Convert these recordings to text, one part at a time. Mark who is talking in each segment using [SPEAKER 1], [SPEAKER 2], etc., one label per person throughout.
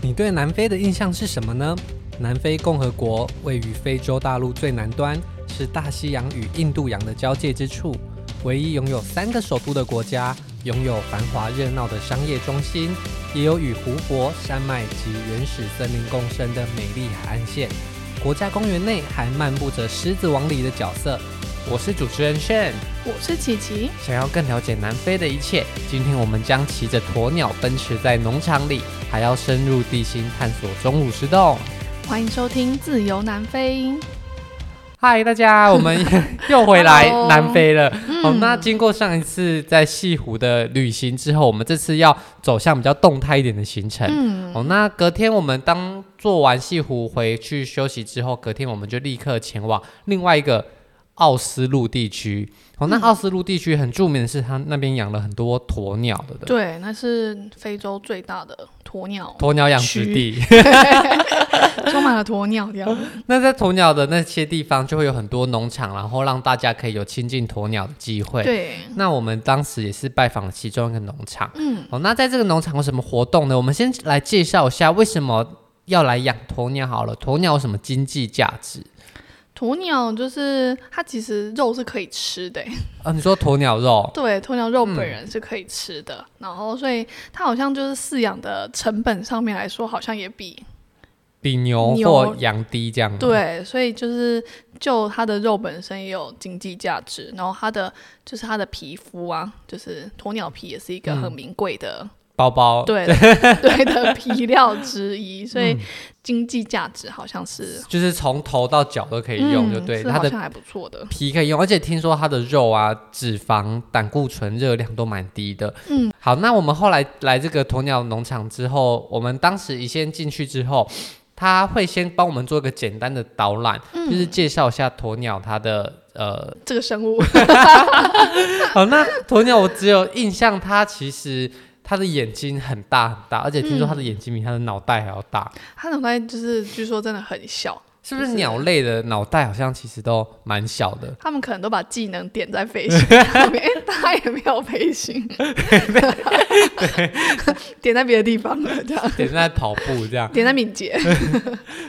[SPEAKER 1] 你对南非的印象是什么呢？南非共和国位于非洲大陆最南端，是大西洋与印度洋的交界之处，唯一拥有三个首都的国家，拥有繁华热闹的商业中心，也有与湖泊、山脉及原始森林共生的美丽海岸线。国家公园内还漫步着《狮子王》里的角色。我是主持人 Shen。
[SPEAKER 2] 我是琪琪，
[SPEAKER 1] 想要更了解南非的一切，今天我们将骑着鸵鸟奔驰在农场里，还要深入地心探索钟乳石洞。
[SPEAKER 2] 欢迎收听《自由南非》。
[SPEAKER 1] 嗨，大家，我 们又回来
[SPEAKER 2] Hello
[SPEAKER 1] 南非了。
[SPEAKER 2] 嗯
[SPEAKER 1] 好、那经过上一次在西湖的旅行之后，我们这次要走向比较动态一点的行程。
[SPEAKER 2] 嗯，
[SPEAKER 1] 哦，那隔天我们当做完西湖回去休息之后，隔天我们就立刻前往另外一个奥斯陆地区。哦，
[SPEAKER 2] 嗯
[SPEAKER 1] 那奥斯陆地区很著名的是，它那边养了很多鸵鸟的，对不对
[SPEAKER 2] 对，那是非洲最大的鸵 鸟，
[SPEAKER 1] 鸵鸟养殖地。
[SPEAKER 2] 充满了鸵鸟样。
[SPEAKER 1] 那在鸵鸟的那些地方，就会有很多农场，然后让大家可以有亲近鸵鸟的机会。
[SPEAKER 2] 对，
[SPEAKER 1] 那我们当时也是拜访了其中一个农场。
[SPEAKER 2] 嗯，
[SPEAKER 1] 哦，那在这个农场有什么活动呢？我们先来介绍一下为什么要来养鸵鸟好了。鸵鸟有什么经济价值？
[SPEAKER 2] 鸵鸟就是它其实肉是可以吃的欸，
[SPEAKER 1] 啊，你说鸵鸟肉？
[SPEAKER 2] 对，鸵鸟肉
[SPEAKER 1] 嗯
[SPEAKER 2] 本人是可以吃的，然后所以它好像就是饲养的成本上面来说，好像也比
[SPEAKER 1] 比牛
[SPEAKER 2] 牛
[SPEAKER 1] 或羊低这样吗，
[SPEAKER 2] 对，所以就是就它的肉本身也有经济价值，然后它的就是它的皮肤啊，就是鸵鸟皮也是一个很
[SPEAKER 1] 嗯
[SPEAKER 2] 名贵的、
[SPEAKER 1] 包包
[SPEAKER 2] 对对的皮料之一，所
[SPEAKER 1] 嗯
[SPEAKER 2] 以经济价值好像是
[SPEAKER 1] 就是从头到脚都可以用，就对、
[SPEAKER 2] 嗯、是
[SPEAKER 1] 它
[SPEAKER 2] 好
[SPEAKER 1] 的
[SPEAKER 2] 像还不错的，
[SPEAKER 1] 皮可以用，而且听说它的肉啊、脂肪、胆固醇热量都蛮低的。嗯，好，那我们后来来这个鸵鸟农场之后，我们当时一先进去之后，他会先帮我们做一个简单的导览，就是介绍一下鸵鸟它的呃
[SPEAKER 2] 这个生物
[SPEAKER 1] 好，那鸵鸟我只有印象，它其实它的眼睛很大很大，而且听说它的眼睛比它的脑袋还要大，
[SPEAKER 2] 它脑袋就是据说真的很小，
[SPEAKER 1] 是不
[SPEAKER 2] 就是是
[SPEAKER 1] 鸟类的脑袋好像其实都蛮小 的？
[SPEAKER 2] 他们可能都把技能点在飞行上面， 因为它也没有飞 行，点在别的地方了，这样
[SPEAKER 1] 点在跑步这样，
[SPEAKER 2] 点在敏捷，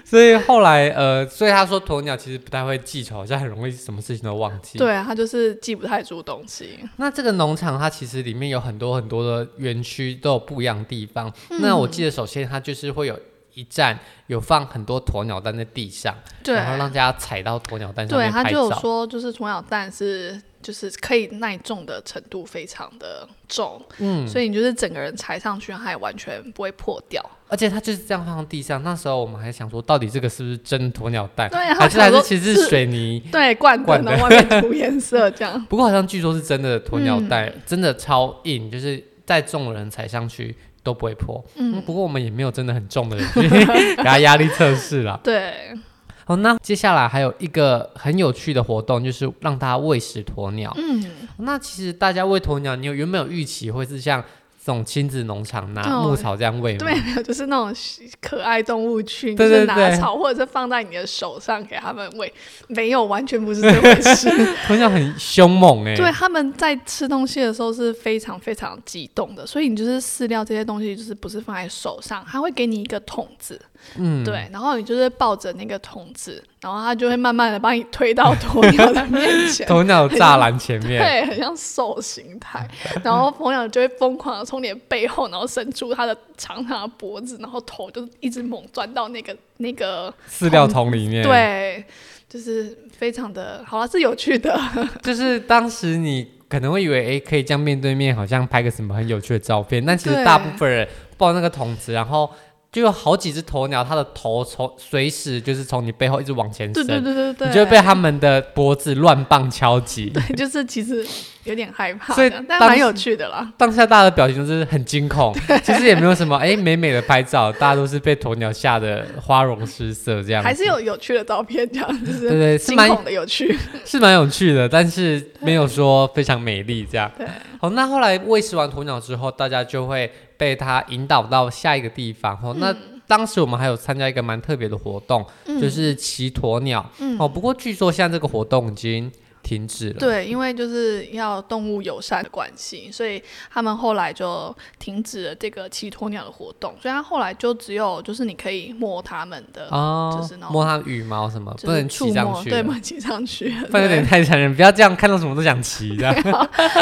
[SPEAKER 1] 所以后来呃，所以他说鸵鸟其实不太会记仇，好像很容易什么事情都忘记。，
[SPEAKER 2] 对啊，它就是记不太住东西。
[SPEAKER 1] 那这个农场它其实里面有很多很多的园区都有不一样的地方。
[SPEAKER 2] 嗯
[SPEAKER 1] 那我记得首先它就是会有一站有放很多鸵鸟蛋在地上，
[SPEAKER 2] 对，
[SPEAKER 1] 然后让大家踩到鸵鸟蛋上
[SPEAKER 2] 对
[SPEAKER 1] 面
[SPEAKER 2] 他
[SPEAKER 1] 拍
[SPEAKER 2] 就有
[SPEAKER 1] 照。
[SPEAKER 2] 说，就是鸵鸟蛋是就是可以耐重的程度非常的重，嗯，所以你就是整个人踩上去，它也完全不会破掉。
[SPEAKER 1] 而且它就是这样放到地上。那时候我们还想说，到底这个是不是真鸵鸟蛋，
[SPEAKER 2] 对啊
[SPEAKER 1] 还是还
[SPEAKER 2] 我
[SPEAKER 1] 是
[SPEAKER 2] 想说
[SPEAKER 1] 其实是水泥？
[SPEAKER 2] 对，罐的，
[SPEAKER 1] 罐的。
[SPEAKER 2] 然后外面涂颜色这样
[SPEAKER 1] 不过好像据说是真的鸵鸟蛋，
[SPEAKER 2] 嗯
[SPEAKER 1] 真的超硬，就是再重的人踩上去都不会破。嗯，不过我们也没有真的很重的人 去给他压力测试啦。
[SPEAKER 2] 对，
[SPEAKER 1] 好，那接下来还有一个很有趣的活动，就是让大家喂食鸵鸟。
[SPEAKER 2] 嗯，
[SPEAKER 1] 那其实大家喂鸵鸟，你有原本有预期会是像这种亲子农场拿
[SPEAKER 2] 哦
[SPEAKER 1] 牧草这样喂吗？
[SPEAKER 2] 对，没有，就是那种可爱动物区，你
[SPEAKER 1] 对
[SPEAKER 2] 就是
[SPEAKER 1] 对
[SPEAKER 2] 拿
[SPEAKER 1] 对
[SPEAKER 2] 草或者是放在你的手上给他们喂，没有，完全不是这回 事。
[SPEAKER 1] 鸵鸟很凶猛哎、
[SPEAKER 2] 对，他们在吃东西的时候是非常非常激动的，所以你就是饲料这些东西，就是不是放在手上，他会给你一个桶子，
[SPEAKER 1] 嗯，
[SPEAKER 2] 对，然后你就是抱着那个桶子，然后他就会慢慢的把你推到鸵鸟的面 前。
[SPEAKER 1] 鸵鸟栅栏前面，
[SPEAKER 2] 对，很像兽形态，然后鸵鸟就会疯狂的从你的背后，然后伸出它的长长的脖子，然后头就一直猛钻到那个那个，
[SPEAKER 1] 饲料桶里面。，
[SPEAKER 2] 对，就是非常的好了，是有趣的，
[SPEAKER 1] 就是当时你可能会以为，诶，可以这样面对面，好像拍个什么很有趣的照片，但其实
[SPEAKER 2] 对
[SPEAKER 1] 大部分人抱那个桶子，然后就有好几只鸵鸟，它的头从随时就是从你背后一直往前
[SPEAKER 2] 对
[SPEAKER 1] 伸，
[SPEAKER 2] 对对对对，
[SPEAKER 1] 你就会被它们的脖子乱棒敲 击。
[SPEAKER 2] 对， 就是其实有点害怕
[SPEAKER 1] 所
[SPEAKER 2] 这
[SPEAKER 1] 以
[SPEAKER 2] 样，但
[SPEAKER 1] 当
[SPEAKER 2] 蛮
[SPEAKER 1] 时
[SPEAKER 2] 有趣的啦。
[SPEAKER 1] 当下大家的表情就是很惊恐，其实也没有什么诶，美美的拍照，大家都是被鸵鸟吓得花容失色这样子。
[SPEAKER 2] 还是有有趣的照片，这样就
[SPEAKER 1] 对
[SPEAKER 2] 是
[SPEAKER 1] 对，是
[SPEAKER 2] 惊
[SPEAKER 1] 蛮
[SPEAKER 2] 恐的有趣。
[SPEAKER 1] 是蛮有趣的，但是没有说非常美丽这样。
[SPEAKER 2] 对，
[SPEAKER 1] 好，那后来喂食完鸵鸟之后，大家就会被它引导到下一个地方。
[SPEAKER 2] 嗯
[SPEAKER 1] 哦，那当时我们还有参加一个
[SPEAKER 2] 嗯
[SPEAKER 1] 蛮特别的活动，就是骑鸵鸟。哦，不过据说现在这个活动已经停止了。
[SPEAKER 2] 对，因为就是要动物友善的关系，所以他们后来就停止了这个骑鸵鸟的活动，所以它后来就只有就是你可以摸它们的，
[SPEAKER 1] 哦，
[SPEAKER 2] 就是那种
[SPEAKER 1] 摸它羽毛什么，
[SPEAKER 2] 就
[SPEAKER 1] 不
[SPEAKER 2] 是
[SPEAKER 1] 能
[SPEAKER 2] 触
[SPEAKER 1] 骑上
[SPEAKER 2] 摸，
[SPEAKER 1] 去
[SPEAKER 2] 对，
[SPEAKER 1] 了，
[SPEAKER 2] 不 能骑上去了，
[SPEAKER 1] 不然有点
[SPEAKER 2] 对
[SPEAKER 1] 太残忍。不要这样，看到什么都想骑 的。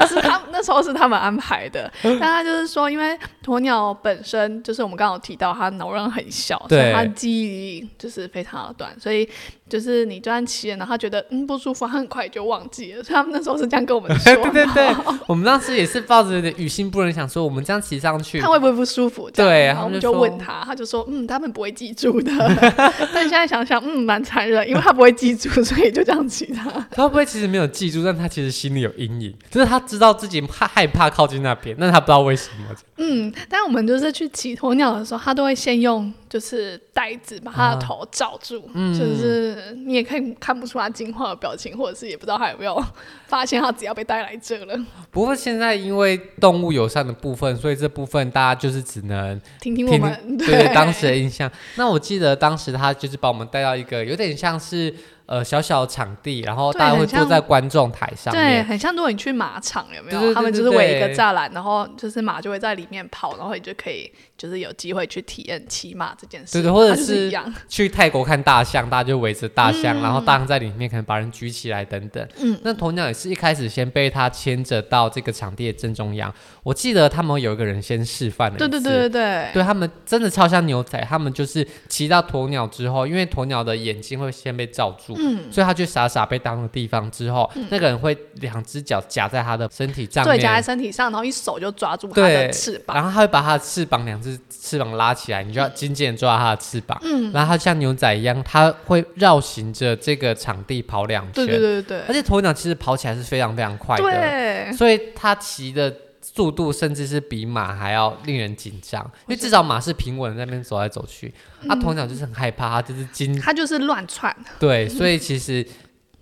[SPEAKER 2] 是他们那时候是他们安排的，但他就是说，因为鸵鸟本身就是我们刚刚有提到，它脑容量很小，所
[SPEAKER 1] 对
[SPEAKER 2] 以它记忆就是非常的短，所以就是你就算骑了，然后它觉得嗯不舒服，它很快就忘记了。所以他们那时候是这样跟我们说，
[SPEAKER 1] 对对对，我们当时也是抱着点于心不忍，想说我们这样骑上去
[SPEAKER 2] 看，会不会不舒服？这样
[SPEAKER 1] 嗯对
[SPEAKER 2] 然
[SPEAKER 1] 他
[SPEAKER 2] 后我
[SPEAKER 1] 们
[SPEAKER 2] 们
[SPEAKER 1] 就
[SPEAKER 2] 就
[SPEAKER 1] 说
[SPEAKER 2] 问他，他就说嗯，他们不会记住的。 但现在想想，嗯，蛮残忍，因为他不会记住，所以就这样骑它。
[SPEAKER 1] 他会不会其实没有记住，但他其实心里有阴影，就是他知道自己害害怕靠近那边，但他不知道为什么。
[SPEAKER 2] 嗯，但我们就是去骑鸵鸟的时候，他都会先用就是袋子把
[SPEAKER 1] 啊
[SPEAKER 2] 他的头罩住，
[SPEAKER 1] 嗯
[SPEAKER 2] 就是你也可以看不出他惊慌的表情，或者是也不知道他有没有发现他只要被带来这了。
[SPEAKER 1] 不过现在因为动物友善的部分，所以这部分大家就是只能
[SPEAKER 2] 听听我
[SPEAKER 1] 听
[SPEAKER 2] 们
[SPEAKER 1] 对 当时的印象。那我记得当时他就是把我们带到一个有点像是呃小小的场地，然后
[SPEAKER 2] 对
[SPEAKER 1] 大家
[SPEAKER 2] 很
[SPEAKER 1] 会坐
[SPEAKER 2] 像
[SPEAKER 1] 在观众台上
[SPEAKER 2] 对，
[SPEAKER 1] 面。
[SPEAKER 2] 很像如果你去马场有没
[SPEAKER 1] 对
[SPEAKER 2] 有？
[SPEAKER 1] 对对
[SPEAKER 2] 他们就是
[SPEAKER 1] 对
[SPEAKER 2] 围一个
[SPEAKER 1] 对
[SPEAKER 2] 栅栏，然后就是马就会在里面跑，然后你就可以就是有机会去体验骑马这件事。
[SPEAKER 1] 对对或者
[SPEAKER 2] 它就是
[SPEAKER 1] 是
[SPEAKER 2] 一样。
[SPEAKER 1] 去泰国看大象，大家就围着大象，然后大象在里面可能把人举起来等等。嗯
[SPEAKER 2] 嗯，
[SPEAKER 1] 那鸵鸟也是一开始先被他牵着到这个场地的正中央。我记得他们有一个人先示范了一
[SPEAKER 2] 对
[SPEAKER 1] 次，
[SPEAKER 2] 对对对对。
[SPEAKER 1] 对他们真的超像牛仔，他们就是骑到鸵鸟之后，因为鸵鸟的眼睛会先被罩住，
[SPEAKER 2] 嗯
[SPEAKER 1] 所以他就傻傻被挡的地方之后，那个人会两只脚夹在他的身体上
[SPEAKER 2] 对，
[SPEAKER 1] 面，
[SPEAKER 2] 夹在身体上，然后一手就抓住它
[SPEAKER 1] 对
[SPEAKER 2] 的翅膀，
[SPEAKER 1] 然后他会把他的翅膀两只翅膀拉起来，你就要紧紧地抓他的翅膀，
[SPEAKER 2] 嗯
[SPEAKER 1] 然后他像牛仔一样，他会绕行着这个场地跑两圈，
[SPEAKER 2] 对对对对
[SPEAKER 1] 而且鸵鸟其实跑起来是非常非常快
[SPEAKER 2] 对，
[SPEAKER 1] 的，
[SPEAKER 2] 对，
[SPEAKER 1] 所以它骑的速度甚至是比马还要令人紧张，因为至少马是平稳地在那边走来走去，
[SPEAKER 2] 嗯
[SPEAKER 1] 它鸵鸟就是很害怕，它就是惊
[SPEAKER 2] 他就是乱窜，
[SPEAKER 1] 对，所以其实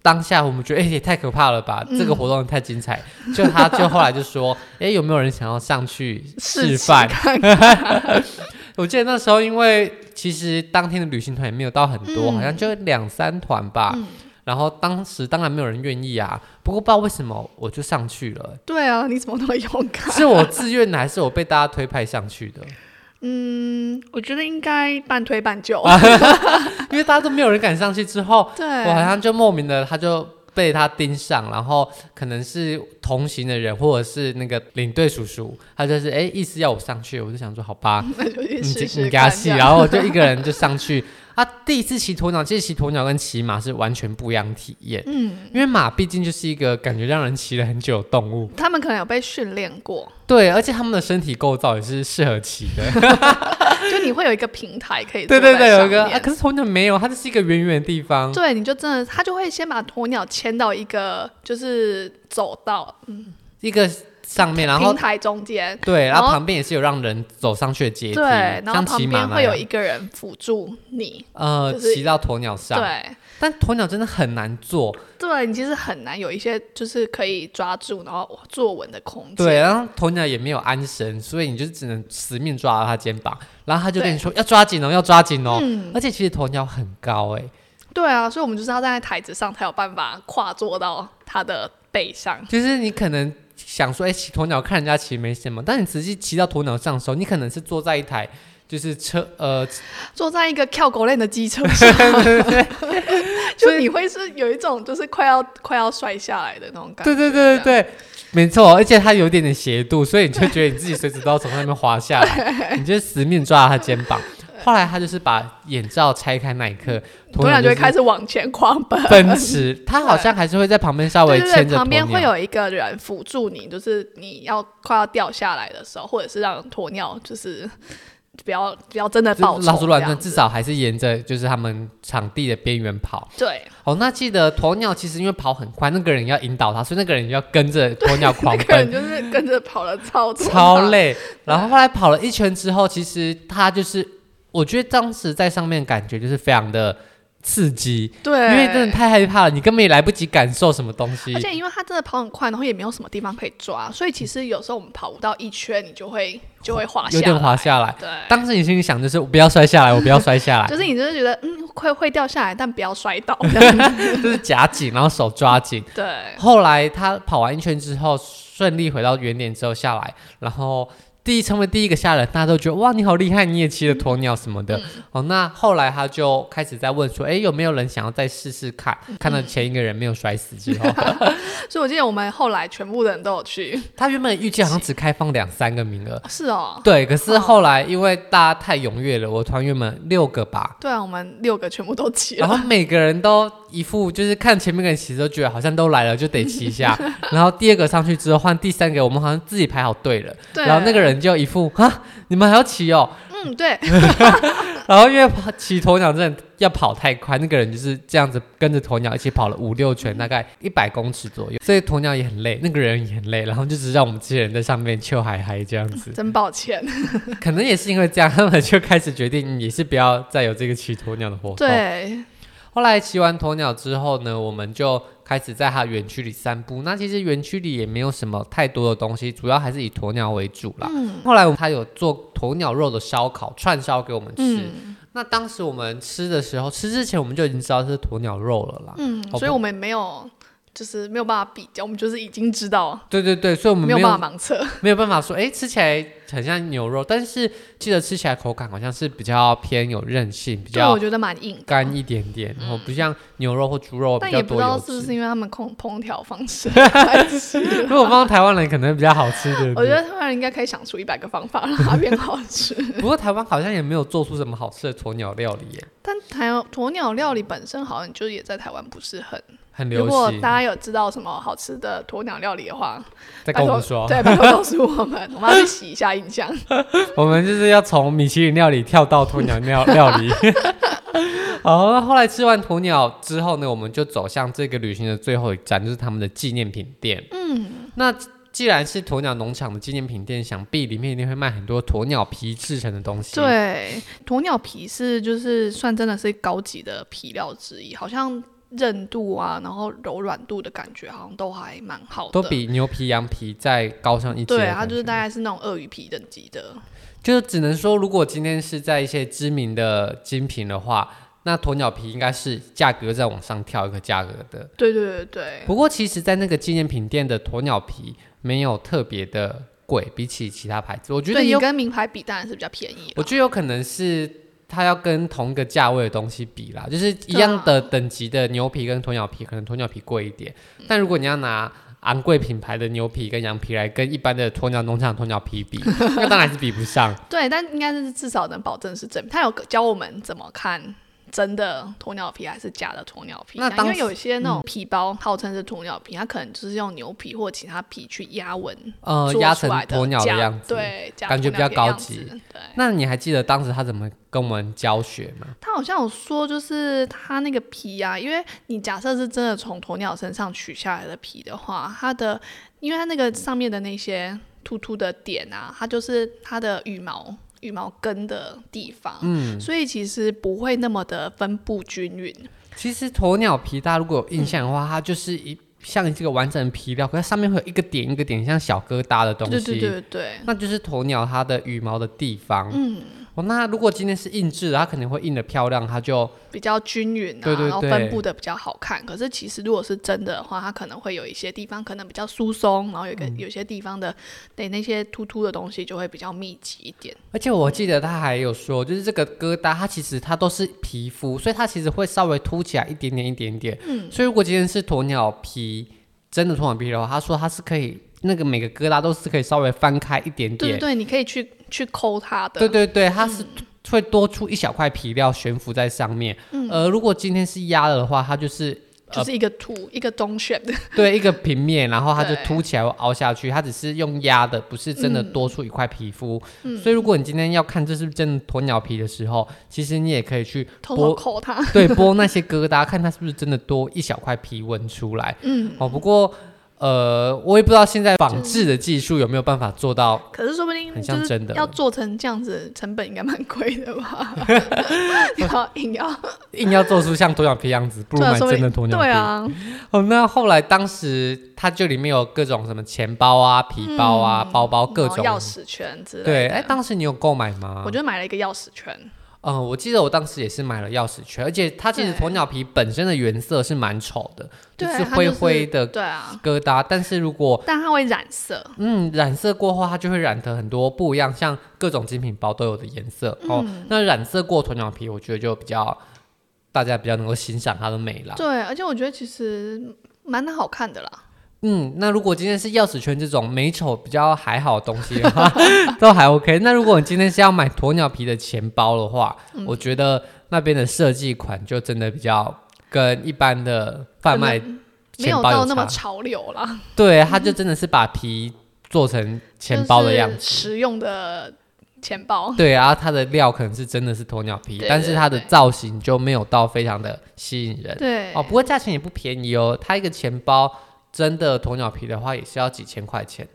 [SPEAKER 1] 当下我们觉得，哎、也太可怕了
[SPEAKER 2] 嗯
[SPEAKER 1] 吧，这个活动太精彩，就他就后来就说，哎、有没有人想要上去示
[SPEAKER 2] 试
[SPEAKER 1] 范？
[SPEAKER 2] 看
[SPEAKER 1] 我记得那时候，因为其实当天的旅行团也没有到很多，
[SPEAKER 2] 嗯
[SPEAKER 1] 好像就两三团吧。然后当时当然没有人愿意啊，不过不知道为什么我就上去了、
[SPEAKER 2] 对啊，你怎么那么勇 敢？
[SPEAKER 1] 是我自愿的，还是我被大家推派上去 的？
[SPEAKER 2] 嗯，我觉得应该半推半就。
[SPEAKER 1] 因为大家都没有人敢上去，之后 我好
[SPEAKER 2] 对，
[SPEAKER 1] 像就莫名的他就被他盯上，然后可能是同行的人或者是那个领队叔叔，他就是哎、意思要我上去，我就想说好吧，
[SPEAKER 2] 那就去
[SPEAKER 1] 你
[SPEAKER 2] 试
[SPEAKER 1] 这
[SPEAKER 2] 试
[SPEAKER 1] 你给他
[SPEAKER 2] 看。
[SPEAKER 1] 戏，
[SPEAKER 2] 这
[SPEAKER 1] 然
[SPEAKER 2] 样
[SPEAKER 1] 后我就一个人就上去。啊，第一次骑鸵鸟，其实骑鸵鸟跟骑马是完全不一样的体验，
[SPEAKER 2] 嗯，
[SPEAKER 1] 因为马毕竟就是一个感觉让人骑了很久的动物，
[SPEAKER 2] 他们可能有被训练过，
[SPEAKER 1] 对，而且他们的身体构造也是适合骑的，
[SPEAKER 2] 就你会有一个平台可以
[SPEAKER 1] 对
[SPEAKER 2] 坐
[SPEAKER 1] 对
[SPEAKER 2] 在
[SPEAKER 1] 对，有
[SPEAKER 2] 上
[SPEAKER 1] 一个啊，
[SPEAKER 2] 面
[SPEAKER 1] 可是鸵鸟没有，它就是一个远远的地方，
[SPEAKER 2] 对，你就真的，他就会先把鸵鸟牵到一个就是走道
[SPEAKER 1] 一个上面，然后
[SPEAKER 2] 平台中间，
[SPEAKER 1] 对，然
[SPEAKER 2] 然
[SPEAKER 1] 后
[SPEAKER 2] 后
[SPEAKER 1] 旁边也是有让人走上去的阶梯，
[SPEAKER 2] 对，然后
[SPEAKER 1] 像
[SPEAKER 2] 旁
[SPEAKER 1] 骑马
[SPEAKER 2] 边
[SPEAKER 1] 那
[SPEAKER 2] 会有
[SPEAKER 1] 样
[SPEAKER 2] 一。个人辅助你，
[SPEAKER 1] 呃，
[SPEAKER 2] 就是
[SPEAKER 1] 骑到鸵鸟上，
[SPEAKER 2] 对，
[SPEAKER 1] 但鸵鸟真的很难坐，
[SPEAKER 2] 对你其实很难有一些就是可以抓住然后坐稳的空间。
[SPEAKER 1] 对，然后鸵鸟也没有安神，所以你就只能死命抓到它肩膀，然后它就跟
[SPEAKER 2] 对
[SPEAKER 1] 你说要抓紧哦，要抓紧哦，
[SPEAKER 2] 嗯
[SPEAKER 1] 而且其实鸵鸟很高哎，
[SPEAKER 2] 对啊，所以我们就是要站在台子上才有办法跨坐到他的背上。
[SPEAKER 1] 就是你可能想说，哎，骑鸵鸟看人家骑没什么，但你实际骑到鸵鸟上的时候，你可能是坐在一台就是车呃
[SPEAKER 2] 坐在一个跳狗链的机车 上，就你会是有一种就是快要快要摔下来的那种感觉。
[SPEAKER 1] 对对对对对，没错，而且它有一点点斜度，所以你就觉得你自己随时都要从上面滑下 来，你就死命抓他肩膀。后来他就是把眼罩拆开那一刻，鸵
[SPEAKER 2] 鸵鸟就会
[SPEAKER 1] 是
[SPEAKER 2] 开始往前狂 奔。
[SPEAKER 1] 奔驰，他好像还是会在旁边稍微
[SPEAKER 2] 对对
[SPEAKER 1] 啊牵
[SPEAKER 2] 对，
[SPEAKER 1] 着鸵
[SPEAKER 2] 旁边会
[SPEAKER 1] 鸟。
[SPEAKER 2] 有一个人辅助你，就是你要快要掉下来的时候，或者是让鸵鸟就是 不要不要真的
[SPEAKER 1] 就
[SPEAKER 2] 爆
[SPEAKER 1] 是老鼠乱
[SPEAKER 2] 这
[SPEAKER 1] 撞，
[SPEAKER 2] 样
[SPEAKER 1] 至
[SPEAKER 2] 子
[SPEAKER 1] 少还是沿着就是他们场地的边缘跑。
[SPEAKER 2] 对，
[SPEAKER 1] 哦，那记得鸵鸟其实因为跑很快，那个人要引导它，所以那个人要跟着鸵鸟狂
[SPEAKER 2] 那个
[SPEAKER 1] 奔
[SPEAKER 2] 人，就是跟着跑了超多
[SPEAKER 1] 超
[SPEAKER 2] 趟
[SPEAKER 1] 累。然后后来跑了一圈之后，其实他就是，我觉得当时在上面感觉就是非常的刺激，
[SPEAKER 2] 对，
[SPEAKER 1] 因为真的太害怕了，你根本也来不及感受什么东西
[SPEAKER 2] 而。且因为它真的跑很快，然后也没有什么地方可以抓，所以其实有时候我们跑不到一圈，你就会就会滑下来，
[SPEAKER 1] 有点滑下来
[SPEAKER 2] 对，
[SPEAKER 1] 当时你心里想就是我不要摔下来，我不要摔下来，
[SPEAKER 2] 就是你就是觉得嗯会会掉下来，但不要摔倒。这 样子
[SPEAKER 1] 就是夹紧，然后手抓紧。
[SPEAKER 2] 对，
[SPEAKER 1] 后来他跑完一圈之后，顺利回到原点之后下来，然后第一成为第一个下人，大家都觉得哇，你好厉害，你也骑了鸵鸟什么的。哦，那后来他就开始在问说，诶，有没有人想要再试试看？看到前一个人没有摔死之后，
[SPEAKER 2] 所以我记得我们后来全部的人都有去，
[SPEAKER 1] 他原本预计好像只开放两三个名 额，
[SPEAKER 2] 哦是哦，
[SPEAKER 1] 对，可是后来因为大家太踊跃了，我团员们六个 吧。
[SPEAKER 2] 对啊，我们六个全部都骑
[SPEAKER 1] 然
[SPEAKER 2] 了，
[SPEAKER 1] 后每个人都一副就是看前面的人骑，都觉得好像都来了就得骑一下。然后第二个上去之后换第三个，我们好像自己排好队了。
[SPEAKER 2] 对，
[SPEAKER 1] 然后那个人就一副哈，你们还要骑哦。
[SPEAKER 2] 嗯对，
[SPEAKER 1] 然后因为跑骑鸵鸟真的要跑太快，那个人就是这样子跟着鸵鸟一起跑了五六圈，大概一百公尺左右。所以鸵鸟也很累，那个人也很累，然后就只是让我们这些人在上面秋海嗨这样 子。
[SPEAKER 2] 真抱歉，
[SPEAKER 1] 哦可能也是因为这样，他们就开始决定嗯也是不要再有这个骑鸵鸟的活动。。
[SPEAKER 2] 对，
[SPEAKER 1] 哦后来骑完鸵鸟之后呢，我们就开始在它园区里散步。那其实园区里也没有什么太多的东西，主要还是以鸵鸟为主啦。
[SPEAKER 2] 嗯
[SPEAKER 1] 后来他有做鸵鸟肉的烧烤串烧给我们吃。
[SPEAKER 2] 嗯
[SPEAKER 1] 那当时我们吃的时候，吃之前我们就已经知道是鸵鸟肉了啦。
[SPEAKER 2] 嗯，
[SPEAKER 1] 好吧
[SPEAKER 2] 所以我们没有就是没有办法比较，我们就是已经知道。
[SPEAKER 1] 对对对，所以我们
[SPEAKER 2] 没
[SPEAKER 1] 嗯没有
[SPEAKER 2] 有办法盲测，
[SPEAKER 1] 没有办法说，哎、吃起来很像牛肉，但是记得吃起来口感好像是比较偏有韧性，比
[SPEAKER 2] 对，我
[SPEAKER 1] 较
[SPEAKER 2] 觉得蛮硬的，
[SPEAKER 1] 干一点点，然后不像牛肉或猪肉哦比
[SPEAKER 2] 但
[SPEAKER 1] 较
[SPEAKER 2] 也不
[SPEAKER 1] 多
[SPEAKER 2] 知道
[SPEAKER 1] 油
[SPEAKER 2] 是不
[SPEAKER 1] 脂。
[SPEAKER 2] 是因为他们空烹调方式还是
[SPEAKER 1] 如果放到台湾人可能比较好吃，对不
[SPEAKER 2] 我觉
[SPEAKER 1] 对？
[SPEAKER 2] 得他们应该可以想出一百个方法让它变好 吃。
[SPEAKER 1] 不过台湾好像也没有做出什么好吃的鸵鸟料理耶，
[SPEAKER 2] 但台鸵鸟料理本身好像就是也在台湾不是很。
[SPEAKER 1] 很
[SPEAKER 2] 如
[SPEAKER 1] 流
[SPEAKER 2] 果
[SPEAKER 1] 行
[SPEAKER 2] 大。家有知道什么好吃的鸵鸟料理的话，
[SPEAKER 1] 再
[SPEAKER 2] 拜
[SPEAKER 1] 跟我
[SPEAKER 2] 托
[SPEAKER 1] 们说，
[SPEAKER 2] 对，拜托告诉我们，我们要去洗一下印象。
[SPEAKER 1] 我们就是要从米其林料理跳到鸵鸟料料 理。好，那后来吃完鸵鸟之后呢，我们就走向这个旅行的最后一站，就是他们的纪念品店。嗯，那既然是鸵鸟农场的纪念品店，想必里面一定会卖很多鸵鸟皮制成的东西。，
[SPEAKER 2] 对，鸵鸟皮是就是算真的是高级的皮料之一，好像韧度啊，然后柔软度的感觉好像都还蛮好的，
[SPEAKER 1] 都比牛皮、羊皮再高上一阶的
[SPEAKER 2] 对，
[SPEAKER 1] 感觉。
[SPEAKER 2] 它就是大概是那种鳄鱼皮等级的。
[SPEAKER 1] 就是只能说，如果今天是在一些知名的精品的话，那鸵鸟皮应该是价格再往上跳一个价格的。
[SPEAKER 2] 对对对对
[SPEAKER 1] 不过其实，在那个纪念品店的鸵鸟皮没有特别的贵，比起其他牌子，我觉
[SPEAKER 2] 对，
[SPEAKER 1] 得
[SPEAKER 2] 对你
[SPEAKER 1] 有，
[SPEAKER 2] 跟名牌比当然是比较便宜啦。
[SPEAKER 1] 我觉得有可能是它要跟同个价位的东西比啦，就是一样的等级的牛皮跟鸵鸟皮，可能鸵鸟皮贵一点，但如果你要拿。昂贵品牌的牛皮跟羊皮来跟一般的鸵鸟农场鸵鸟皮比，那当然是比不上。
[SPEAKER 2] 对，但应该是至少能保证是真。他有教我们怎么看真的鸵鸟皮还是假的鸵鸟皮。啊
[SPEAKER 1] 那当
[SPEAKER 2] 因为
[SPEAKER 1] 时嗯
[SPEAKER 2] 有一些那种皮包号称是鸵鸟皮，它可能就是用牛皮或其他皮去压纹
[SPEAKER 1] 呃，
[SPEAKER 2] 做
[SPEAKER 1] 压
[SPEAKER 2] 出
[SPEAKER 1] 成
[SPEAKER 2] 来的
[SPEAKER 1] 鸵鸟的
[SPEAKER 2] 假
[SPEAKER 1] 样子。。
[SPEAKER 2] 对，假
[SPEAKER 1] 感觉
[SPEAKER 2] 鸵
[SPEAKER 1] 比较
[SPEAKER 2] 鸟皮的
[SPEAKER 1] 高
[SPEAKER 2] 样
[SPEAKER 1] 级
[SPEAKER 2] 子。对，
[SPEAKER 1] 那你还记得当时他怎么跟我们教学吗？
[SPEAKER 2] 他好像有说，就是他那个皮啊，因为你假设是真的从鸵鸟身上取下来的皮的话，它的，因为它那个上面的那些突突的点啊，它就是它的羽毛羽毛根的地方，嗯，所以其实不会那么的分布均匀，
[SPEAKER 1] 其实鸵鸟皮，大家如果有印象的话，它就是一像这个完整的皮料，可是上面会有一个点一个点，像小疙瘩的东
[SPEAKER 2] 对
[SPEAKER 1] 西。
[SPEAKER 2] 对对对
[SPEAKER 1] 那就是鸵鸟它的羽毛的地方。嗯。哦，那如果今天是印制的，它肯定会印的漂亮，它就
[SPEAKER 2] 比较均匀啊，
[SPEAKER 1] 对对
[SPEAKER 2] 然后
[SPEAKER 1] 对
[SPEAKER 2] 分布的比较好看。可是其实如果是真的的话，它可能会有一些地方可能比较疏松，然后有一
[SPEAKER 1] 嗯
[SPEAKER 2] 个、有些地方的对那些突突的东西就会比较密集一点。
[SPEAKER 1] 而且我记得他还有说，就是这个疙瘩，它其实它都是皮肤，所以它其实会稍微凸起来一点点一点点。嗯，所以如果今天是鸵鸟皮，真的鸵鸟皮的话，他说它是可以那个每个疙瘩都是可以稍微翻开一点点。
[SPEAKER 2] 对对嗯对，你可以去去抠它的。
[SPEAKER 1] 对对对，它是会多出一小块皮料悬浮在上面。
[SPEAKER 2] 嗯
[SPEAKER 1] 呃，如果今天是压了的话，它就是。
[SPEAKER 2] 就
[SPEAKER 1] 呃，
[SPEAKER 2] 是一个图，一个东选的，
[SPEAKER 1] 对，一个平面，然后它就
[SPEAKER 2] 对
[SPEAKER 1] 凸起来或凹下去，它只是用压的，不是真的多出一块皮肤。
[SPEAKER 2] 嗯
[SPEAKER 1] 所以，如果你今天要看这是不是真的鸵鸟皮的时候，其实你也可以去
[SPEAKER 2] 偷偷
[SPEAKER 1] 剥，
[SPEAKER 2] 抠它。
[SPEAKER 1] 对，剥那些疙瘩，看它是不是真的多一小块皮纹出来。
[SPEAKER 2] 嗯，
[SPEAKER 1] 哦，不过呃，我也不知道现在仿制的技术有没有办法做到
[SPEAKER 2] 可是说不定
[SPEAKER 1] 很
[SPEAKER 2] 就
[SPEAKER 1] 像
[SPEAKER 2] 是
[SPEAKER 1] 真的
[SPEAKER 2] 要做成这样子，成本应该蛮贵的 吧？你要硬要
[SPEAKER 1] 硬要做出像鸵鸟皮样 子，不如
[SPEAKER 2] 对啊，
[SPEAKER 1] 买
[SPEAKER 2] 说不
[SPEAKER 1] 真的
[SPEAKER 2] 定
[SPEAKER 1] 鸵鸟皮。
[SPEAKER 2] 对啊，
[SPEAKER 1] 哦，那后来当时它就里面有各种什么钱包啊、皮包啊、包包各种
[SPEAKER 2] 嗯哦然后钥匙圈之类的。
[SPEAKER 1] 对，啊哎，当时你有购买吗？
[SPEAKER 2] 我就买了一个钥匙圈，
[SPEAKER 1] 嗯，我记得我当时也是买了钥匙圈，而且它其实
[SPEAKER 2] 对
[SPEAKER 1] 鸵鸟皮本身的原色是蛮丑的，
[SPEAKER 2] 对，
[SPEAKER 1] 是
[SPEAKER 2] 它
[SPEAKER 1] 灰
[SPEAKER 2] 就是
[SPEAKER 1] 灰的
[SPEAKER 2] 对啊，
[SPEAKER 1] 疙瘩。但是如果
[SPEAKER 2] 但它会染色，
[SPEAKER 1] 嗯染色过后，它就会染得很多不一样，像各种精品包都有的颜色、
[SPEAKER 2] 嗯
[SPEAKER 1] 哦。那染色过鸵鸟皮，我觉得就比较大家比较能够欣赏它的美啦。
[SPEAKER 2] 对，而且我觉得其实蛮好看的啦。
[SPEAKER 1] 嗯，那如果今天是钥匙圈这种美丑比较还好的东西的话， 都还 OK。那如果你今天是要买鸵鸟皮的钱包的话，
[SPEAKER 2] 嗯
[SPEAKER 1] 我觉得那边的设计款就真的比较跟一般的贩卖
[SPEAKER 2] 没
[SPEAKER 1] 钱包
[SPEAKER 2] 到
[SPEAKER 1] 有
[SPEAKER 2] 那么
[SPEAKER 1] 差
[SPEAKER 2] 潮流啦，
[SPEAKER 1] 对，它就真的是把皮做成钱包的样子。
[SPEAKER 2] 子，实用的钱包，
[SPEAKER 1] 对，然后它的料可能是真的是鸵鸟皮，
[SPEAKER 2] 对
[SPEAKER 1] 但是
[SPEAKER 2] 对
[SPEAKER 1] 它的
[SPEAKER 2] 对
[SPEAKER 1] 造型就没有到非常的吸引人。
[SPEAKER 2] 对，
[SPEAKER 1] 哦，不过价钱也不便宜哦，它一个钱包真的鸵鸟皮的话，也是要几千块钱。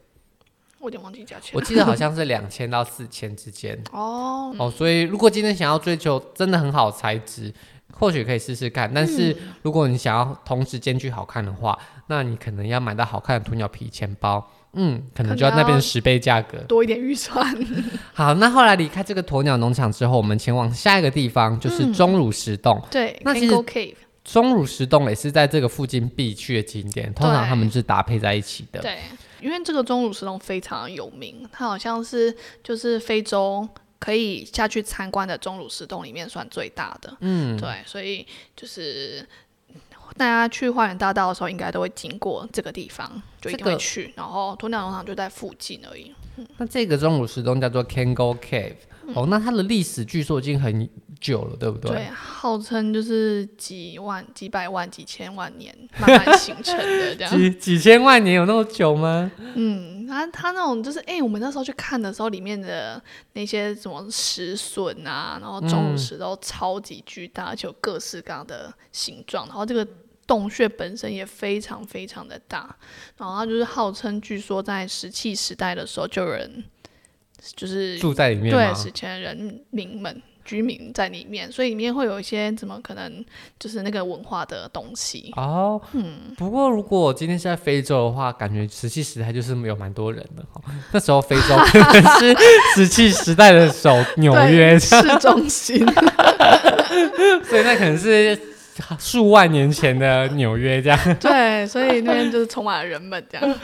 [SPEAKER 2] 我有点忘记价钱
[SPEAKER 1] 我
[SPEAKER 2] 了。
[SPEAKER 1] 记得好像是两千到四千之间
[SPEAKER 2] 哦，
[SPEAKER 1] 哦，所以如果今天想要追求真的很好的材质，或许可以试试看。但是
[SPEAKER 2] 嗯
[SPEAKER 1] 如果你想要同时兼具好看的话，那你可能要买到好看的鸵鸟皮钱包，嗯，可能
[SPEAKER 2] 可
[SPEAKER 1] 就要
[SPEAKER 2] 能
[SPEAKER 1] 那边
[SPEAKER 2] 要
[SPEAKER 1] 十倍价格。
[SPEAKER 2] 多一点预算，
[SPEAKER 1] 好，那后来离开这个鸵鸟农场之后，我们前往下一个地方，
[SPEAKER 2] 嗯
[SPEAKER 1] 就是钟乳石洞。
[SPEAKER 2] 对
[SPEAKER 1] 那其实
[SPEAKER 2] Kango Cave，
[SPEAKER 1] 钟乳石洞也是在这个附近必去的景点，通常
[SPEAKER 2] 对
[SPEAKER 1] 他们是搭配在一起的。
[SPEAKER 2] 对，因为这个钟乳石洞非常有名，它好像是就是非洲可以下去参观的钟乳石洞里面算最大的，嗯，对，所以就是大家去花园大道的时候，应该都会经过这个地方，就一定
[SPEAKER 1] 这
[SPEAKER 2] 会
[SPEAKER 1] 个
[SPEAKER 2] 去。然后鸵鸟农场就在附近而已，
[SPEAKER 1] 那这个钟乳石洞叫做 Kango Cave，、哦，那它的历史据说已经很久了，对不对？
[SPEAKER 2] 嗯对，号称就是几万、几百万、几千万年慢慢形成的这样。
[SPEAKER 1] 几几千万年有那么久吗？
[SPEAKER 2] 嗯，它它那种就是，哎、我们那时候去看的时候，里面的那些什么石笋啊，然后
[SPEAKER 1] 嗯
[SPEAKER 2] 钟乳石都超级巨大，而且有各式各样的形状，然后这个洞穴本身也非常非常的大，然后它就是号称，据说在石器时代的时候就有人就是
[SPEAKER 1] 住在里面
[SPEAKER 2] 对
[SPEAKER 1] 吗？
[SPEAKER 2] 史前人民们居民在里面，所以里面会有一些怎么可能就是那个文化的东西。嗯
[SPEAKER 1] 哦，不过如果我今天是在非洲的话，感觉石器时代就是有蛮多人的哦。那时候非洲 可能是石器时代的首纽
[SPEAKER 2] 对
[SPEAKER 1] 约，
[SPEAKER 2] 市中心，
[SPEAKER 1] 所以那可能是数万年前的纽约这样。
[SPEAKER 2] 对，所以那边就是充满了人们这样。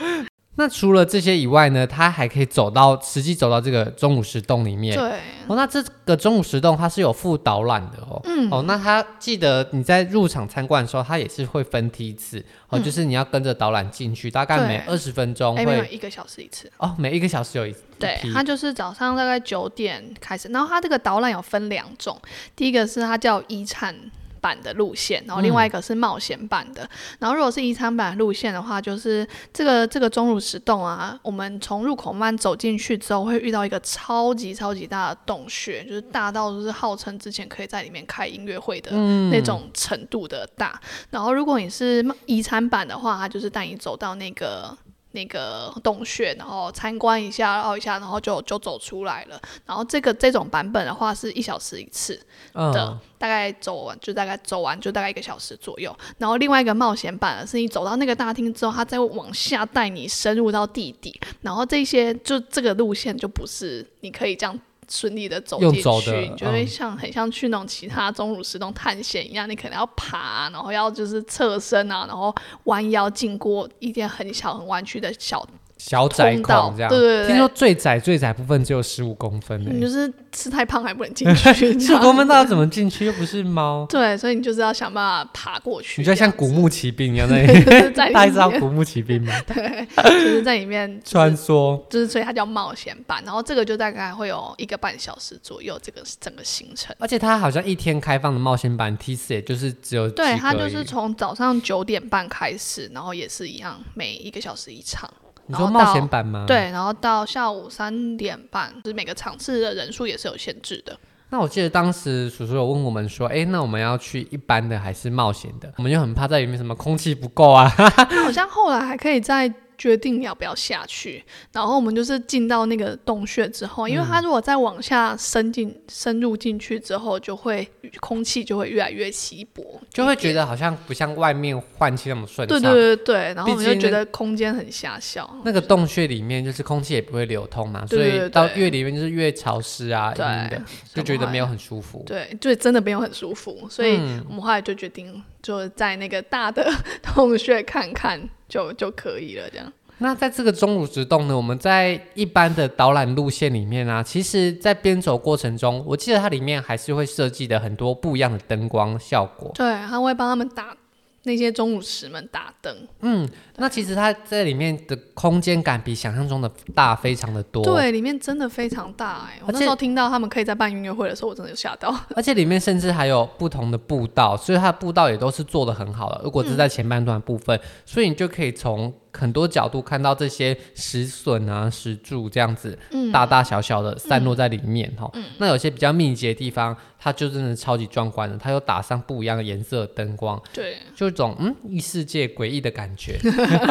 [SPEAKER 1] 那除了这些以外呢，它还可以走到实际走到这个钟乳石洞里面。
[SPEAKER 2] 对，
[SPEAKER 1] 哦，那这个钟乳石洞它是有附导览的哦。嗯。哦，那它记得你在入场参观的时候，它也是会分梯次哦，就是你要跟着导览进去，大概每
[SPEAKER 2] 嗯对
[SPEAKER 1] 二十分钟
[SPEAKER 2] 哎，没有
[SPEAKER 1] 会
[SPEAKER 2] 一个小时一次。
[SPEAKER 1] 哦，每一个小时有一
[SPEAKER 2] 对
[SPEAKER 1] 一，批
[SPEAKER 2] 它就是早上大概九点开始，然后它这个导览有分两种，第一个是它叫一产版的路线，然后另外一个是冒险版的。然后如果是一产版的路线的话，就是这个这个钟乳石洞啊，我们从入口慢慢走进去之后，会遇到一个超级超级大的洞穴，就是大到就是号称之前可以在里面开音乐会的
[SPEAKER 1] 嗯
[SPEAKER 2] 那种程度的大。然后如果你是冒一产版的话，它就是带你走到那个那个洞穴，然后参观一下，绕一下，然后就就走出来了。然后这个这种版本的话是一小时一次的，
[SPEAKER 1] 嗯，
[SPEAKER 2] 大概走完就大概走完就大概一个小时左右。然后另外一个冒险版的是你走到那个大厅之后，它再往下带你深入到地底，然后这些就这个路线就不是你可以这样。顺利的走
[SPEAKER 1] 用
[SPEAKER 2] 进
[SPEAKER 1] 走
[SPEAKER 2] 去，
[SPEAKER 1] 的
[SPEAKER 2] 你就会
[SPEAKER 1] 嗯
[SPEAKER 2] 像很像去那种其他钟乳石洞探险一样，你可能要爬，然后要就是侧身啊，然后弯腰经过一点很小很弯曲的小
[SPEAKER 1] 小窄
[SPEAKER 2] 通道
[SPEAKER 1] 孔这样。
[SPEAKER 2] 对对对
[SPEAKER 1] 听说最窄最窄部分只有十五公分
[SPEAKER 2] 你
[SPEAKER 1] 呢
[SPEAKER 2] 就。是吃太胖还不 能进嗯去，
[SPEAKER 1] 十五公分到底怎么进去？又不是 猫，
[SPEAKER 2] 对，所以你就是要想办法爬过去。
[SPEAKER 1] 你就像古
[SPEAKER 2] 古，
[SPEAKER 1] 墓奇兵一样在那里。
[SPEAKER 2] 就是 在
[SPEAKER 1] 大家
[SPEAKER 2] 里
[SPEAKER 1] 知道
[SPEAKER 2] 面，
[SPEAKER 1] 古墓奇兵 吗？
[SPEAKER 2] 对，就是在里面
[SPEAKER 1] 穿梭。
[SPEAKER 2] 就是所以它叫冒险版，然后这个就大概会有一个半小时左右，这个整个行程。
[SPEAKER 1] 而且它好像一天开放的冒险版梯次，也就是只有
[SPEAKER 2] 对，
[SPEAKER 1] 几
[SPEAKER 2] 它
[SPEAKER 1] 个
[SPEAKER 2] 就
[SPEAKER 1] 而
[SPEAKER 2] 是
[SPEAKER 1] 已
[SPEAKER 2] 从早上九点半开始，然后也是一样，每一个小时一场。
[SPEAKER 1] 你
[SPEAKER 2] 然
[SPEAKER 1] 说
[SPEAKER 2] 后
[SPEAKER 1] 冒
[SPEAKER 2] 到
[SPEAKER 1] 险版吗？。
[SPEAKER 2] 对，然后到下午三点半，就是每个场次的人数也是有限制的。
[SPEAKER 1] 那我记得当时叔叔有问我们说，哎、那我们要去一般的还是冒险的？我们又很怕在里面什么空气不够啊，
[SPEAKER 2] 它好像后来还可以在决定你要不要下去。然后我们就是进到那个洞穴之后，因为
[SPEAKER 1] 嗯
[SPEAKER 2] 它如果再往下深进、深入进去之后，就会空气就会越来越稀薄，
[SPEAKER 1] 就会觉得好像不像外面换气那么顺
[SPEAKER 2] 对
[SPEAKER 1] 畅。
[SPEAKER 2] 对对对对。然后我们
[SPEAKER 1] 毕
[SPEAKER 2] 就
[SPEAKER 1] 竟
[SPEAKER 2] 觉得空间很狭小，
[SPEAKER 1] 那个洞穴里面就是空气也不会流通嘛，
[SPEAKER 2] 对对
[SPEAKER 1] 所
[SPEAKER 2] 对
[SPEAKER 1] 以到越里面就是越潮湿啊，
[SPEAKER 2] 对啊
[SPEAKER 1] 阴阴的，就觉得没有很舒服。
[SPEAKER 2] 对，就真的没有很舒服，所以
[SPEAKER 1] 嗯
[SPEAKER 2] 我们后来就决定就在那个大的 洞穴看看就就可以了，这样。
[SPEAKER 1] 那在这个钟乳石洞呢，我们在一般的导览路线里面啊，其实在边走过程中，我记得它里面还是会设计的很多不一样的灯光效果。
[SPEAKER 2] 对，他会帮他们打那些钟乳石们打灯。
[SPEAKER 1] 嗯，那其实它在里面的空间感比想象中的大非常的多。，
[SPEAKER 2] 对，里面真的非常大哎、我
[SPEAKER 1] 而
[SPEAKER 2] 那
[SPEAKER 1] 且
[SPEAKER 2] 时候听到他们可以在办音乐会的时候，我真的有吓到。
[SPEAKER 1] 而且里面甚至还有不同的步道，所以它的步道也都是做的很好的。如果是在前半段部分，所以你就可以从很多角度看到这些石笋啊、石柱这样子，大大小小的散落在里面哈、那有些比较密集的地方，它就真的超级壮观的，它又打上不一样的颜色的灯光，
[SPEAKER 2] 对，
[SPEAKER 1] 就有一种嗯异世界诡异的感觉。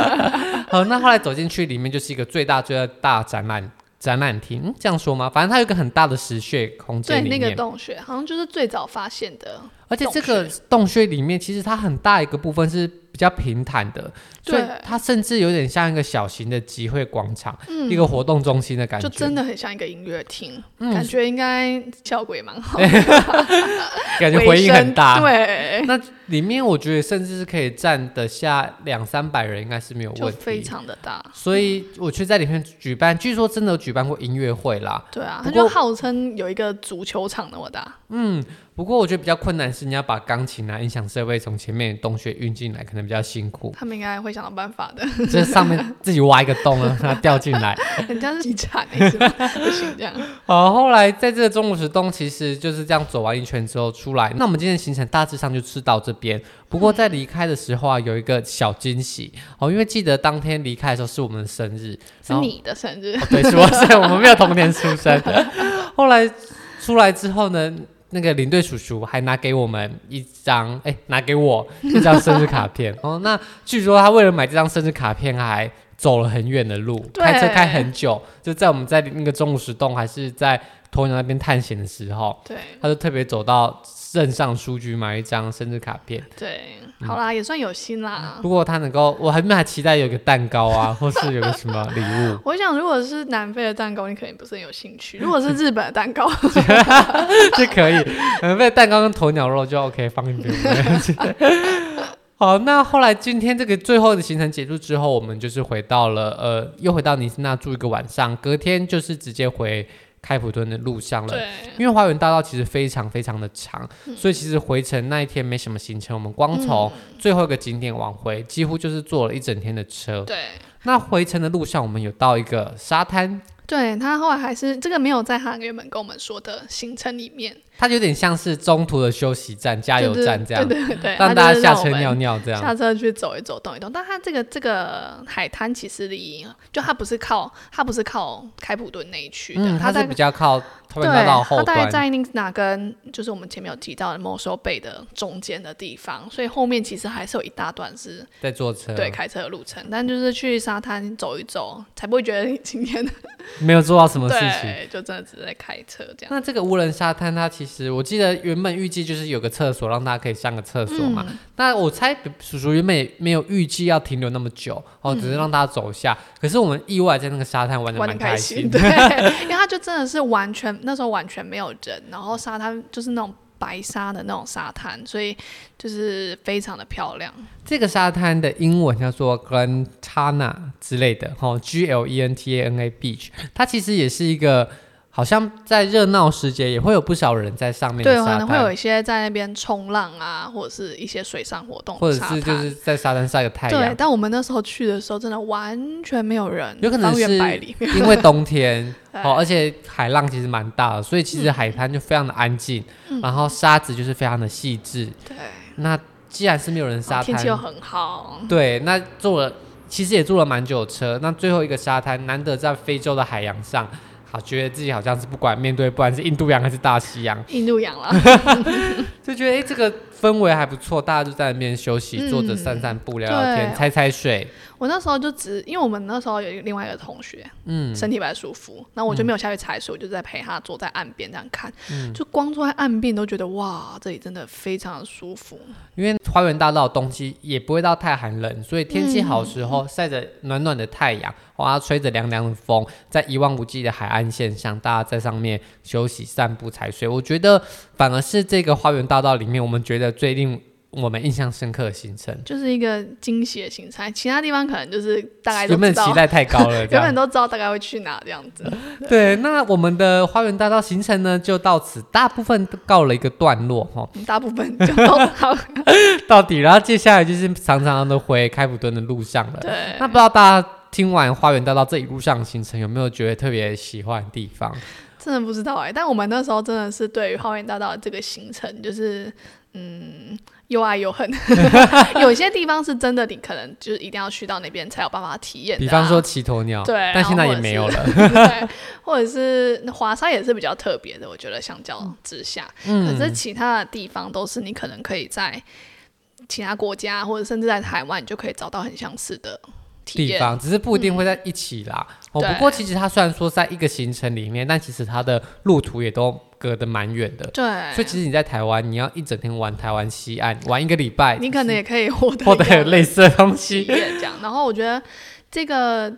[SPEAKER 1] 好，那后来走进去里面就是一个最大最大的展览展览厅、嗯这样说吗？反正它有一个很大的石穴空
[SPEAKER 2] 对，
[SPEAKER 1] 间里
[SPEAKER 2] 那
[SPEAKER 1] 面。
[SPEAKER 2] 个洞穴好像就是最早发现的。
[SPEAKER 1] 而且这个洞穴里面，其实它很大一个部分是比较平坦的，所以
[SPEAKER 2] 对
[SPEAKER 1] 它甚至有点像一个小型的集会广场，一个活动中心的感觉。
[SPEAKER 2] 嗯
[SPEAKER 1] 嗯
[SPEAKER 2] 就真的很像一个音乐厅，感觉应该效果也 蛮好，
[SPEAKER 1] 感觉
[SPEAKER 2] 尾
[SPEAKER 1] 回音很
[SPEAKER 2] 声
[SPEAKER 1] 大。
[SPEAKER 2] 对，
[SPEAKER 1] 那里面我觉得甚至是可以站得下两三百人，应该是没有
[SPEAKER 2] 就
[SPEAKER 1] 问
[SPEAKER 2] 非
[SPEAKER 1] 题。
[SPEAKER 2] 常的大。
[SPEAKER 1] 所以我去在里面举办，据说真的有举办过音乐会啦。
[SPEAKER 2] 对啊，
[SPEAKER 1] 不
[SPEAKER 2] 他
[SPEAKER 1] 过
[SPEAKER 2] 就号称有一个足球场那么大，
[SPEAKER 1] 不过我觉得比较困难是你要把钢琴啊、音响设备从前面的洞穴运进来，可能比较辛 苦。
[SPEAKER 2] 他们应该会想到办法 的。
[SPEAKER 1] 这上面自己挖一个洞，让它掉进来。
[SPEAKER 2] 人家是遗产、欸，是吗？不行这样。
[SPEAKER 1] 好，后来在这个中午石洞，其实就是这样走完一圈之后出来。那我们今天的行程大致上就是到这边。不过在离开的时候啊，有一个小惊喜哦，因为记得当天离开的时候是我们的生日，
[SPEAKER 2] 是
[SPEAKER 1] 然后
[SPEAKER 2] 你的生日，
[SPEAKER 1] 哦、对，是我 生日，我们没有同年出生的。 后来出来之后呢，那个领队叔叔还拿给我们一张，哎，拿给我一张生日卡片。哦，那据说他为了买这张生日卡片还。走了很远的路，
[SPEAKER 2] 对
[SPEAKER 1] 开车开很久，就在我们在那个中午石洞还是在鸵鸟那边探险的时候，
[SPEAKER 2] 对
[SPEAKER 1] 他就特别走到镇上书局买一张生日卡片。
[SPEAKER 2] 对，
[SPEAKER 1] 嗯
[SPEAKER 2] 好啦，也算有心啦。
[SPEAKER 1] 如果他能够，我还没还期待有个蛋糕啊，或是有个什么礼物。
[SPEAKER 2] 我想，如果是南非的蛋糕，你肯定不是很有兴趣；如果是日本的蛋糕，
[SPEAKER 1] 是可以，嗯，被蛋糕跟鸵鸟肉就 OK，放一边。没关系好，那后来今天这个最后的行程结束之后，我们就是回到了呃，又回到尼斯那住一个晚上，隔天就是直接回开普敦的路上了。
[SPEAKER 2] 对
[SPEAKER 1] 因为花园大道其实非常非常的长，所以其实回程那一天没什么行程，我们光从最后一个景点往回，几乎就是坐了一整天的车。
[SPEAKER 2] 对
[SPEAKER 1] 那回程的路上，我们有到一个沙滩，
[SPEAKER 2] 对，他后来还是这个没有在他原本跟我们说的行程里面，
[SPEAKER 1] 它有点像是中途的休息站、加油
[SPEAKER 2] 就是
[SPEAKER 1] 站这样。
[SPEAKER 2] 对对对，
[SPEAKER 1] 让
[SPEAKER 2] 哎他
[SPEAKER 1] 大
[SPEAKER 2] 就
[SPEAKER 1] 家下
[SPEAKER 2] 是让我
[SPEAKER 1] 车
[SPEAKER 2] 们
[SPEAKER 1] 尿尿这样。
[SPEAKER 2] 下车去走一走、动一动。但它这个这个海滩其实离就它不是靠它不是靠开普敦那一区的，
[SPEAKER 1] 嗯，它
[SPEAKER 2] 在
[SPEAKER 1] 是比较靠他
[SPEAKER 2] 对
[SPEAKER 1] 们大道
[SPEAKER 2] 它
[SPEAKER 1] 后
[SPEAKER 2] 大概
[SPEAKER 1] 端。
[SPEAKER 2] 在那哪跟就是我们前面有提到的莫收贝的中间的地方，所以后面其实还是有一大段是
[SPEAKER 1] 在坐车，
[SPEAKER 2] 对，开车的路程，但就是去沙滩走一走，才不会觉得你今天
[SPEAKER 1] 没有做到什么事情。
[SPEAKER 2] 对，就真的只是在开车这样。
[SPEAKER 1] 那这个无人沙滩，它其实我记得原本预计就是有个厕所，让大家可以上个厕所
[SPEAKER 2] 嗯
[SPEAKER 1] 嘛。那我猜叔叔原本也没有预计要停留那么久，哦，只是让大家走一下。可是我们意外在那个沙滩玩的
[SPEAKER 2] 嗯玩
[SPEAKER 1] 蛮
[SPEAKER 2] 的开
[SPEAKER 1] 心
[SPEAKER 2] 心，对， 因为它就真的是完全那时候完全没有人，然后沙滩就是那种白沙的那种沙滩，所以就是非常的漂亮。
[SPEAKER 1] 这个沙滩的英文叫做 Glentana 之类的，哦、g L E N T A N A Beach，它其实也是一个好像在热闹时节也会有不少人在上面的
[SPEAKER 2] 对，
[SPEAKER 1] 沙
[SPEAKER 2] 可
[SPEAKER 1] 滩，
[SPEAKER 2] 能会有一些在那边冲浪啊，或者是一些水上活动，
[SPEAKER 1] 或者
[SPEAKER 2] 沙
[SPEAKER 1] 是就
[SPEAKER 2] 滩
[SPEAKER 1] 是在沙滩晒个太
[SPEAKER 2] 对
[SPEAKER 1] 阳，，
[SPEAKER 2] 但我们那时候去的时候，真的完全没有人，
[SPEAKER 1] 有可能
[SPEAKER 2] 方圆
[SPEAKER 1] 是
[SPEAKER 2] 百里 没有
[SPEAKER 1] 因为冬 天
[SPEAKER 2] 对
[SPEAKER 1] 哦，而且海浪其实蛮大的，所以其实海滩就非常的安静，
[SPEAKER 2] 嗯
[SPEAKER 1] 然后沙子就是非常的细致。
[SPEAKER 2] 对，
[SPEAKER 1] 那既然是没有人
[SPEAKER 2] 然
[SPEAKER 1] 沙
[SPEAKER 2] 后哦天气又
[SPEAKER 1] 滩，
[SPEAKER 2] 很好，
[SPEAKER 1] 对，那坐了其实也坐了蛮久的车，那最后一个沙滩难得在非洲的海洋上。好，觉得自己好像是不管面对，不管是印度洋还是大西洋，
[SPEAKER 2] 印度洋了。
[SPEAKER 1] 就觉得哎、诶这个氛围还不错，大家就在那边休息，
[SPEAKER 2] 嗯
[SPEAKER 1] 坐着散散步、聊
[SPEAKER 2] 对
[SPEAKER 1] 聊天、猜猜水。
[SPEAKER 2] 我那时候就只因为我们那时候有一个另外一个同学，
[SPEAKER 1] 嗯，
[SPEAKER 2] 身体不太舒服，然后我就没有下去踩水，我就在陪他坐在岸边这样看，
[SPEAKER 1] 嗯
[SPEAKER 2] 就光坐在岸边都觉得哇，这里真的非常的舒服。
[SPEAKER 1] 因为花园大道冬季也不会到太寒冷，所以天气好时
[SPEAKER 2] 嗯
[SPEAKER 1] 候晒着暖暖的太阳，哇，吹着凉凉的风，在一望无际的海岸线上，大家在上面休息、散步、踩水，我觉得反而是这个花园大道里面，我们觉得最令我们印象深刻的行程。
[SPEAKER 2] 就是一个惊喜的行程，其他地方可能就是大概都
[SPEAKER 1] 原本
[SPEAKER 2] 知道
[SPEAKER 1] 期，待太高 了，这
[SPEAKER 2] 原
[SPEAKER 1] 样
[SPEAKER 2] 本都知道大概会去哪这样子。
[SPEAKER 1] 对。那我们的花园大道行程呢，就到此大部分告了一个段落哈。
[SPEAKER 2] 大部分就都好，
[SPEAKER 1] 到底，然后接下来就是常常的回开普敦的路上了。
[SPEAKER 2] 对，
[SPEAKER 1] 那不知道大家听完花园大道这一路上的行程，有没有觉得特别喜欢的地方？
[SPEAKER 2] 真的不知道哎、但我们那时候真的是对于花园大道这个行程，就是嗯，又爱又恨。 有些地方是真的，你可能就是一定要去到那边才有办法体验、啊。
[SPEAKER 1] 比方说骑鸵鸟，
[SPEAKER 2] 对啊
[SPEAKER 1] 但现在也
[SPEAKER 2] 然后或者是
[SPEAKER 1] 没有了。
[SPEAKER 2] 对，或者是华沙也是比较特别的，我觉得相较之下，
[SPEAKER 1] 嗯
[SPEAKER 2] 可是其他的地方都是你可能可以在其他国家或者甚至在台湾，你就可以找到很相似的体
[SPEAKER 1] 地
[SPEAKER 2] 验。嗯
[SPEAKER 1] 方只是不一定会在一起啦。哦，
[SPEAKER 2] 对
[SPEAKER 1] 不过其实它虽然说在一个行程里面，但其实它的路途也都隔得蛮远的。所
[SPEAKER 2] 对
[SPEAKER 1] 以，其实你在台湾，你要一整天玩台湾西岸，玩一个礼拜，
[SPEAKER 2] 你可能也可以获得
[SPEAKER 1] 获
[SPEAKER 2] 一样
[SPEAKER 1] 得
[SPEAKER 2] 的
[SPEAKER 1] 类似的东
[SPEAKER 2] 体
[SPEAKER 1] 西。
[SPEAKER 2] 验这样。然后我觉得这个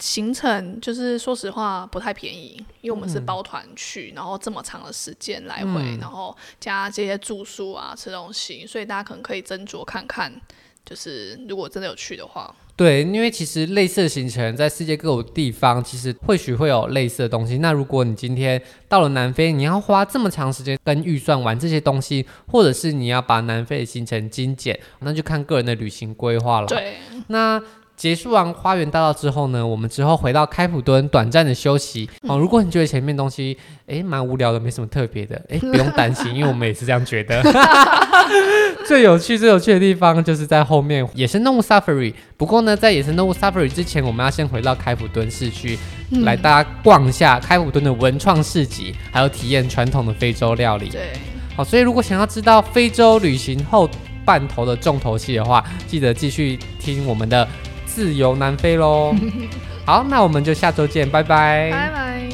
[SPEAKER 2] 行程就是说实话不太便宜，因为我们是包团去，然后这么长的时间来回，然后加这些住宿啊、吃东西，所以大家可能可以斟酌看看。就是如果真的有去的话，
[SPEAKER 1] 对，因为其实类似的行程在世界各个地方，其实或许会有类似的东西。那如果你今天到了南非，你要花这么长时间跟预算玩这些东西，或者是你要把南非的行程精简，那就看个人的旅行规划了。，
[SPEAKER 2] 对，
[SPEAKER 1] 那。结束完花园大道之后呢，我们之后回到开普敦短暂的休息。哦，如果你觉得前面东西诶蛮无聊的，没什么特别的，诶，不用担心，因为我们也是这样觉得。 最有趣、最有趣的地方就是在后面野生动物 safari。不过呢，在野生动物 safari 之前，我们要先回到开普敦市区，
[SPEAKER 2] 嗯
[SPEAKER 1] 来大家逛一下开普敦的文创市集，还有体验传统的非洲料理。
[SPEAKER 2] 对，
[SPEAKER 1] 好，所以如果想要知道非洲旅行后半头的重头戏的话，记得继续听我们的《自由南非》喽。好，那我们就下周见，拜拜
[SPEAKER 2] 拜拜。